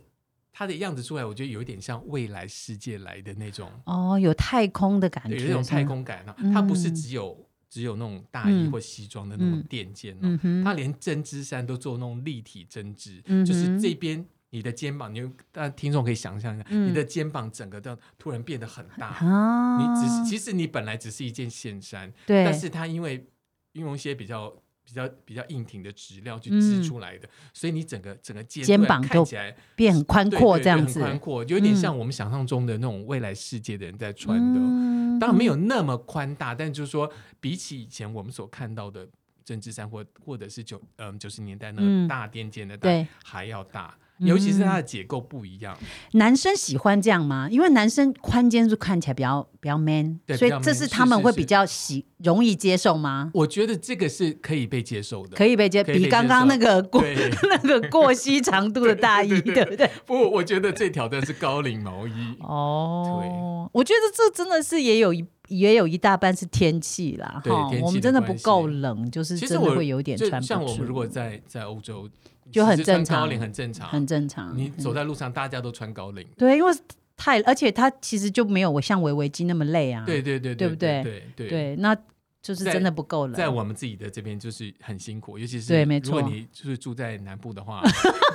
Speaker 2: 它的样子出来，我觉得有一点像未来世界来的那种
Speaker 1: 哦，有太空的感
Speaker 2: 对，
Speaker 1: 觉，
Speaker 2: 有那种
Speaker 1: 是吗
Speaker 2: 太。空感啊，它不是
Speaker 1: 嗯
Speaker 2: 只有只有那种大衣
Speaker 1: 嗯
Speaker 2: 或西装的那种
Speaker 1: 嗯
Speaker 2: 垫肩
Speaker 1: 嗯
Speaker 2: 哦，
Speaker 1: 哼
Speaker 2: 它连针织衫都做那种立体针织，
Speaker 1: 嗯
Speaker 2: 就
Speaker 1: 哼
Speaker 2: 是这边。你的肩膀，你有大家听众可以想象一下，
Speaker 1: 嗯
Speaker 2: 你的肩膀整个都突然变得很大。
Speaker 1: 啊，
Speaker 2: 你只是其实你本来只是一件线衫，
Speaker 1: 对，
Speaker 2: 但是它因为用一些比较比较比较硬挺的质料去织
Speaker 1: 嗯
Speaker 2: 出来的，所以你整个整个肩
Speaker 1: 肩
Speaker 2: 突然
Speaker 1: 膀
Speaker 2: 看
Speaker 1: 都
Speaker 2: 起来
Speaker 1: 变很宽
Speaker 2: 对
Speaker 1: 阔
Speaker 2: 对
Speaker 1: 这样
Speaker 2: 对很
Speaker 1: 子，
Speaker 2: 宽阔，有点
Speaker 1: 嗯
Speaker 2: 像我们想象中的那种未来世界的人在穿的。
Speaker 1: 嗯
Speaker 2: 当然没有那么宽大，但就是说，比起以前我们所看到的针织衫或或者是九嗯九十年代那
Speaker 1: 嗯
Speaker 2: 个大垫肩的大、
Speaker 1: 对
Speaker 2: 还要大，
Speaker 1: 嗯
Speaker 2: 尤其是它的结构不一样，
Speaker 1: 男生喜欢这样吗？因为男生宽肩就看起来比较比较 man，
Speaker 2: 对
Speaker 1: 所以
Speaker 2: 比较
Speaker 1: 这
Speaker 2: man，
Speaker 1: 是
Speaker 2: 是
Speaker 1: 他们
Speaker 2: 是
Speaker 1: 会
Speaker 2: 是
Speaker 1: 比较喜容易接受吗？
Speaker 2: 我觉得这个是可以被接受的。
Speaker 1: 可以被接，
Speaker 2: 可以
Speaker 1: 比
Speaker 2: 被
Speaker 1: 刚
Speaker 2: 接
Speaker 1: 刚
Speaker 2: 受
Speaker 1: 那个过
Speaker 2: 对，
Speaker 1: 那个过膝长度的大衣，
Speaker 2: 对对对
Speaker 1: 对不对？。
Speaker 2: 不，我觉得最挑战是高领毛衣
Speaker 1: 哦，我觉得这真的是也有一也有一大半是天气啦，
Speaker 2: 对
Speaker 1: 哈
Speaker 2: 天，气
Speaker 1: 我们
Speaker 2: 的
Speaker 1: 真的不
Speaker 2: 关
Speaker 1: 够
Speaker 2: 系
Speaker 1: 冷，就是
Speaker 2: 其
Speaker 1: 真
Speaker 2: 实
Speaker 1: 的
Speaker 2: 我
Speaker 1: 会有点
Speaker 2: 就
Speaker 1: 穿不
Speaker 2: 像我们
Speaker 1: 住
Speaker 2: 如果在在欧洲，
Speaker 1: 就很
Speaker 2: 其实穿
Speaker 1: 正常
Speaker 2: 高领很正常，
Speaker 1: 很正常，
Speaker 2: 你
Speaker 1: 嗯
Speaker 2: 走在路上大家都穿高领。
Speaker 1: 对，因为太，而且它其实就没有我像围围巾那么累啊。
Speaker 2: 对对对
Speaker 1: 对不对
Speaker 2: 对对对
Speaker 1: 对，那就是
Speaker 2: 在
Speaker 1: 真的不够冷。
Speaker 2: 在我们自己的这边就是很辛苦，尤其是
Speaker 1: 对没
Speaker 2: 如
Speaker 1: 错
Speaker 2: 果你就是住在南部的话，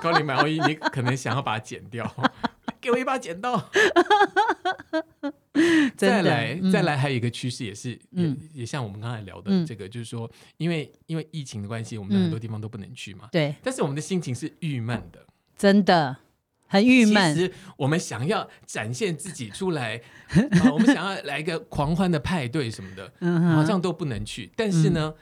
Speaker 2: 高领毛衣你可能想要把它剪掉， 给我一把剪刀。
Speaker 1: 真的
Speaker 2: 再来，
Speaker 1: 嗯
Speaker 2: 再来，还有一个趋势也是，
Speaker 1: 嗯
Speaker 2: 也也像我们刚才聊
Speaker 1: 嗯
Speaker 2: 的这个，就是说，因为因为疫情的关系，我们的
Speaker 1: 嗯
Speaker 2: 很多地方都不能去嘛，
Speaker 1: 对，
Speaker 2: 但是我们的心情是郁闷的。
Speaker 1: 真的很郁
Speaker 2: 其
Speaker 1: 闷。
Speaker 2: 实我们想要展现自己出来，啊我们想要来一个狂欢的派对什么的，
Speaker 1: 嗯
Speaker 2: 好
Speaker 1: 哼，
Speaker 2: 像都不能去。但是呢，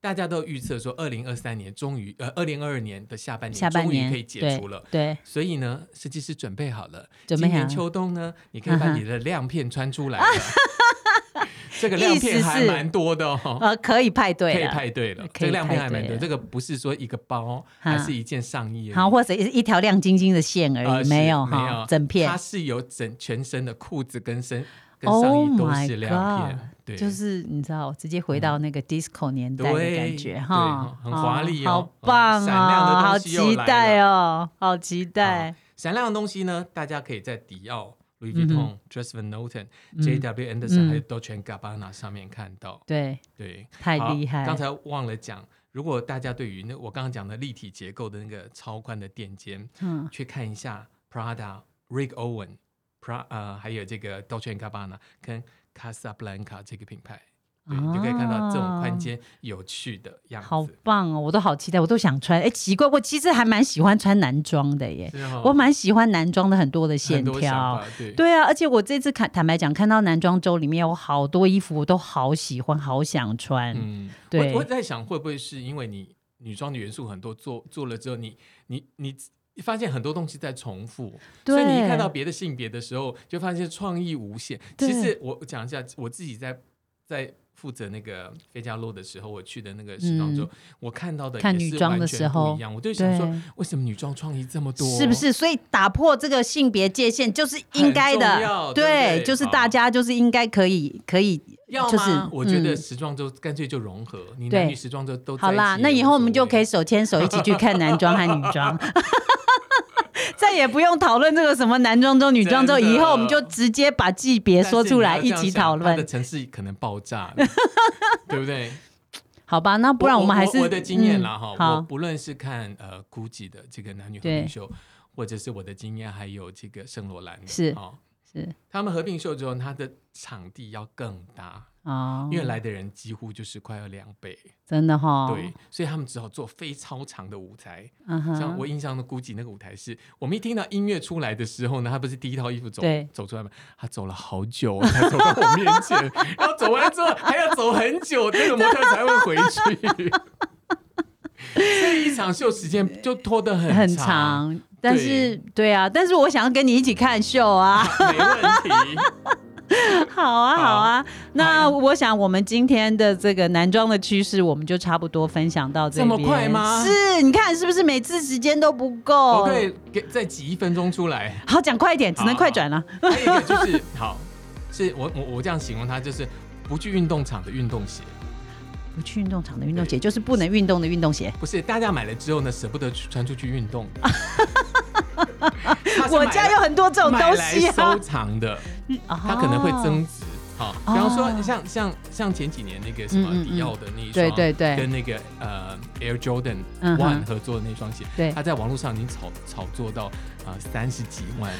Speaker 2: 大家都预测说，二零二三年终于，呃，二零二二年的下半年
Speaker 1: 下半
Speaker 2: 终于
Speaker 1: 年
Speaker 2: 可以解除了。
Speaker 1: 对，
Speaker 2: 所以呢，设计师准备好了，
Speaker 1: 准备
Speaker 2: 今
Speaker 1: 好啊
Speaker 2: 年秋冬呢，你可以
Speaker 1: 嗯
Speaker 2: 把
Speaker 1: 哼
Speaker 2: 你的亮片穿出来了。 这个
Speaker 1: 意
Speaker 2: 亮
Speaker 1: 思
Speaker 2: 片
Speaker 1: 是
Speaker 2: 还蛮多的哦。
Speaker 1: 呃，可以派
Speaker 2: 可
Speaker 1: 对
Speaker 2: 以
Speaker 1: 了。
Speaker 2: 派对了，
Speaker 1: 可
Speaker 2: 这
Speaker 1: 以
Speaker 2: 个亮片还
Speaker 1: 派
Speaker 2: 蛮
Speaker 1: 对
Speaker 2: 多。
Speaker 1: 了
Speaker 2: 这个不是说一个包，
Speaker 1: 嗯
Speaker 2: 还是一件上衣而已。
Speaker 1: 好，或者一一条亮晶晶的线而
Speaker 2: 呃
Speaker 1: 已，
Speaker 2: 是
Speaker 1: 没
Speaker 2: 没
Speaker 1: 有哈，整片
Speaker 2: 它是有整全身的裤子跟身跟上
Speaker 1: Oh
Speaker 2: 衣都
Speaker 1: my
Speaker 2: 是亮片
Speaker 1: God，
Speaker 2: 对，嗯
Speaker 1: 就是你知道，直接回到那个 disco 年代的感觉
Speaker 2: 对
Speaker 1: 哈，
Speaker 2: 对很华丽哦
Speaker 1: 好棒
Speaker 2: 嗯闪亮
Speaker 1: 啊，
Speaker 2: 的
Speaker 1: 好
Speaker 2: 东西又
Speaker 1: 期
Speaker 2: 来
Speaker 1: 待哦，好期待
Speaker 2: 好，闪亮的东西呢，大家可以在迪奥、Louis
Speaker 1: 嗯
Speaker 2: Vuitton、Dress Van Noten、
Speaker 1: 嗯
Speaker 2: J.W. Anderson
Speaker 1: 嗯
Speaker 2: 还有 Dolce Gabbana 上面看到。
Speaker 1: 对，
Speaker 2: 对，
Speaker 1: 太
Speaker 2: 好
Speaker 1: 厉害
Speaker 2: 刚
Speaker 1: 了，
Speaker 2: 才忘了讲，如果大家对于那我刚刚讲的立体结构的那个超宽的垫肩，
Speaker 1: 嗯，
Speaker 2: 去看一下 Prada、Rick Owen、Pra 呃，还有这个 Dolce Gabbana 跟 Casablanca 这个品牌，对，你就可以看到这种
Speaker 1: 啊。
Speaker 2: 宽肩有趣的样子。
Speaker 1: 好棒哦！我都好期待，我都想穿。哎，奇怪，我其实还蛮喜欢穿男装的耶，
Speaker 2: 是哦，
Speaker 1: 我蛮喜欢男装的很多的线
Speaker 2: 很多想
Speaker 1: 条
Speaker 2: 法，，对
Speaker 1: 对啊，而且我这次看，坦白讲，看到男装周里面有好多衣服，我都好喜欢，好想穿。
Speaker 2: 嗯，
Speaker 1: 对
Speaker 2: 我我在想会不会是因为你女装的元素很多，做做了之后你，你你发现很多东西在重复，所以你一
Speaker 1: 对
Speaker 2: 看到别的性别的时候，就发现创意无限。
Speaker 1: 对
Speaker 2: 其实我我讲一下，我自己在在负责那个费加洛的时候，我去的那个时装周，我看到的
Speaker 1: 嗯看
Speaker 2: 也是
Speaker 1: 女装的
Speaker 2: 完全
Speaker 1: 时候
Speaker 2: 不一样，我就想说
Speaker 1: 对，，
Speaker 2: 为什么女装创意这么多？
Speaker 1: 是不？是？所以打破这个性别界限就是应该
Speaker 2: 很重
Speaker 1: 的，
Speaker 2: 要对不对
Speaker 1: 就是大家就是应该可以可以
Speaker 2: 要吗？
Speaker 1: 就是
Speaker 2: 我觉得
Speaker 1: 嗯
Speaker 2: 时装周干脆就融合，你男
Speaker 1: 对
Speaker 2: 女时装周都在
Speaker 1: 好啦
Speaker 2: 一。起
Speaker 1: 那
Speaker 2: 也
Speaker 1: 以后
Speaker 2: 无
Speaker 1: 我们
Speaker 2: 所
Speaker 1: 就
Speaker 2: 谓
Speaker 1: 可以手牵手一起去看男装和女装。 再也不用讨论这个什么男装周、女装周，
Speaker 2: 真的
Speaker 1: 以后我们就直接把季别
Speaker 2: 但
Speaker 1: 说
Speaker 2: 是
Speaker 1: 出
Speaker 2: 你
Speaker 1: 来，
Speaker 2: 要
Speaker 1: 一
Speaker 2: 这样
Speaker 1: 起
Speaker 2: 想
Speaker 1: 讨
Speaker 2: 它的
Speaker 1: 论，
Speaker 2: 城市可能爆炸了， 对不对？
Speaker 1: 好吧？那 不然
Speaker 2: 我
Speaker 1: 们还是
Speaker 2: 我我的经验啦哈
Speaker 1: 嗯、
Speaker 2: 我
Speaker 1: 好，
Speaker 2: 不论是看呃 GUCCI 的这个男女合
Speaker 1: 对
Speaker 2: 并秀，或者是我的经验，还有这个圣罗兰的
Speaker 1: 是
Speaker 2: 哦，
Speaker 1: 是
Speaker 2: 他们合并秀之后，它的场地要更大，
Speaker 1: 哦，
Speaker 2: 因为来的人几乎就是快要两倍，
Speaker 1: 真的哈，
Speaker 2: 对，，所以他们只好做非超长的舞台。
Speaker 1: 嗯
Speaker 2: 像
Speaker 1: 哼
Speaker 2: 我，印象中 GUCCI 那个舞台是，我们一听到音乐出来的时候呢，他不是第一套衣服走
Speaker 1: 对
Speaker 2: 走出来吗？他走了好久哦才走到我面前，然后走完之后还要走很久，那个模特才会回去。所以一场秀时间就拖得很
Speaker 1: 很
Speaker 2: 长，
Speaker 1: 长，但是对啊，但是我想要跟你一起看秀啊，
Speaker 2: 没问题。
Speaker 1: 好啊，好啊。那我想我们今天的这个男装的趋势，我们就差不多分享到这边。
Speaker 2: 这么快吗
Speaker 1: 是，你看是不是每次时间都不
Speaker 2: 我
Speaker 1: 够？
Speaker 2: 可以给再挤一分钟出来。
Speaker 1: 好，讲快一点，只能
Speaker 2: 好
Speaker 1: 快转了。
Speaker 2: 还有一个就是，好，是我我我这样形容它，就是不去运动场的运动鞋。
Speaker 1: 不去运动场的运动鞋，就是不能运动的运动鞋。
Speaker 2: 不是，大家买了之后呢，舍不得去穿出去 运动。他是
Speaker 1: 我
Speaker 2: 买
Speaker 1: 家
Speaker 2: 来
Speaker 1: 有很多这种
Speaker 2: 买
Speaker 1: 东
Speaker 2: 来
Speaker 1: 西啊 哦
Speaker 2: 收，藏的，
Speaker 1: 它
Speaker 2: 它可能会增值。好，比方
Speaker 1: 哦
Speaker 2: 说像像像前几年那个什么
Speaker 1: 嗯嗯嗯
Speaker 2: 迪奥的那一
Speaker 1: 对
Speaker 2: 双，
Speaker 1: 对对
Speaker 2: 跟那个呃 Air Jordan
Speaker 1: 嗯哼
Speaker 2: One 合作的那双鞋，
Speaker 1: 对
Speaker 2: 它在网络上已经炒炒作到啊三十几万。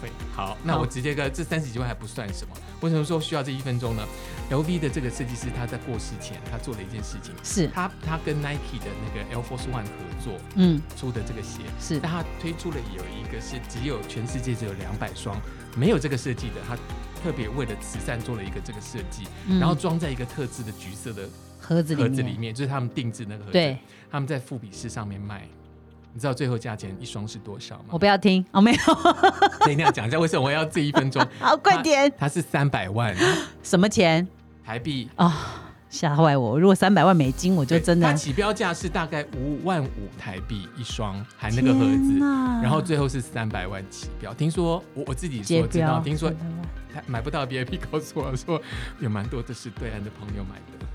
Speaker 2: 对，好，那
Speaker 1: 好
Speaker 2: 我直接跟这三十几万还不算什么，为什么说需要这一分钟呢？LV 的这个设计师他在过世前，他做了一件事情，
Speaker 1: 是，
Speaker 2: 他他跟 Nike 的那个 Air Force One 合作
Speaker 1: 嗯，
Speaker 2: 出的这个鞋，
Speaker 1: 是
Speaker 2: 但他推出了有一个是只有全世界只有两百双没有这个设计的，他特别为了慈善做了一个这个设计，
Speaker 1: 嗯
Speaker 2: 然后装在一个特制的橘色的
Speaker 1: 盒子里
Speaker 2: 盒
Speaker 1: 面，
Speaker 2: 子里面，就是他们定制那个盒子
Speaker 1: 对，
Speaker 2: 他们在富比市上面卖。你知道最后价钱一双是多少
Speaker 1: 我
Speaker 2: 吗？
Speaker 1: 不要听，哦，没有， ，
Speaker 2: 所以你要讲一下为什么我要这一分钟
Speaker 1: 好，快点，
Speaker 2: 它是三百万
Speaker 1: 什么钱
Speaker 2: 台币，
Speaker 1: 啊？吓坏我！如果三百万美金，我就
Speaker 2: 对
Speaker 1: 真的
Speaker 2: 它起标价是大概五万五台币一双，含那个盒
Speaker 1: 天
Speaker 2: 子，
Speaker 1: 哪
Speaker 2: 然后最后是三百万起标。听说我我自己
Speaker 1: 结
Speaker 2: 说知道，
Speaker 1: 标，
Speaker 2: 啊听说
Speaker 1: 300万
Speaker 2: 他买不到 VIP 告诉我说，有蛮多的是对岸的朋友买的。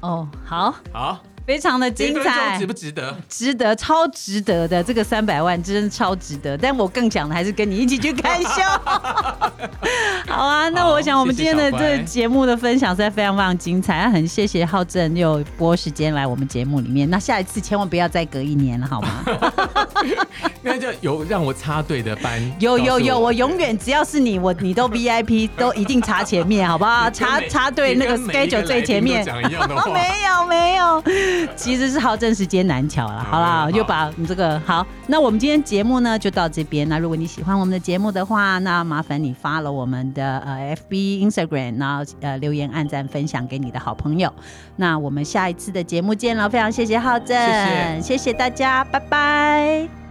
Speaker 1: 哦，好，
Speaker 2: 好，
Speaker 1: 非常的
Speaker 2: 这一
Speaker 1: 精
Speaker 2: 分钟
Speaker 1: 彩
Speaker 2: 值，不值得？
Speaker 1: 值得，超值得的，这个三百万真的超值得。但我更想的还是跟你一起去看 秀。好啊，那
Speaker 2: 好
Speaker 1: 我想我们今
Speaker 2: 谢谢
Speaker 1: 天的
Speaker 2: 小
Speaker 1: 这
Speaker 2: 乖
Speaker 1: 节目的分享实在非常非常精彩，很谢谢浩正又拨时间来我们节目里面。那下一次千万不要再隔一年了，好 吗？
Speaker 2: 那就有让我插队的班，
Speaker 1: 有有有，我
Speaker 2: 告诉
Speaker 1: 永远只要是你，我你都 VIP 都一定插前面，好不好？
Speaker 2: 你跟
Speaker 1: 插
Speaker 2: 每
Speaker 1: 插对那个
Speaker 2: 你跟每一
Speaker 1: schedule 最
Speaker 2: 来宾
Speaker 1: 前
Speaker 2: 都
Speaker 1: 面。
Speaker 2: 讲一样的
Speaker 1: 哦，
Speaker 2: 话。
Speaker 1: 没有没有，其实是好正时间难巧了。好啦，
Speaker 2: 嗯
Speaker 1: 又把你这个好，那我们今天节目呢就到这边。那如果你喜欢我们的节目的话，那麻烦你发了我们的呃 FB、Instagram，然后呃留言、按赞、分享给你的好朋友。那我们下一次的节目见了，非常谢谢浩正，
Speaker 2: 谢
Speaker 1: 谢谢大家，拜拜。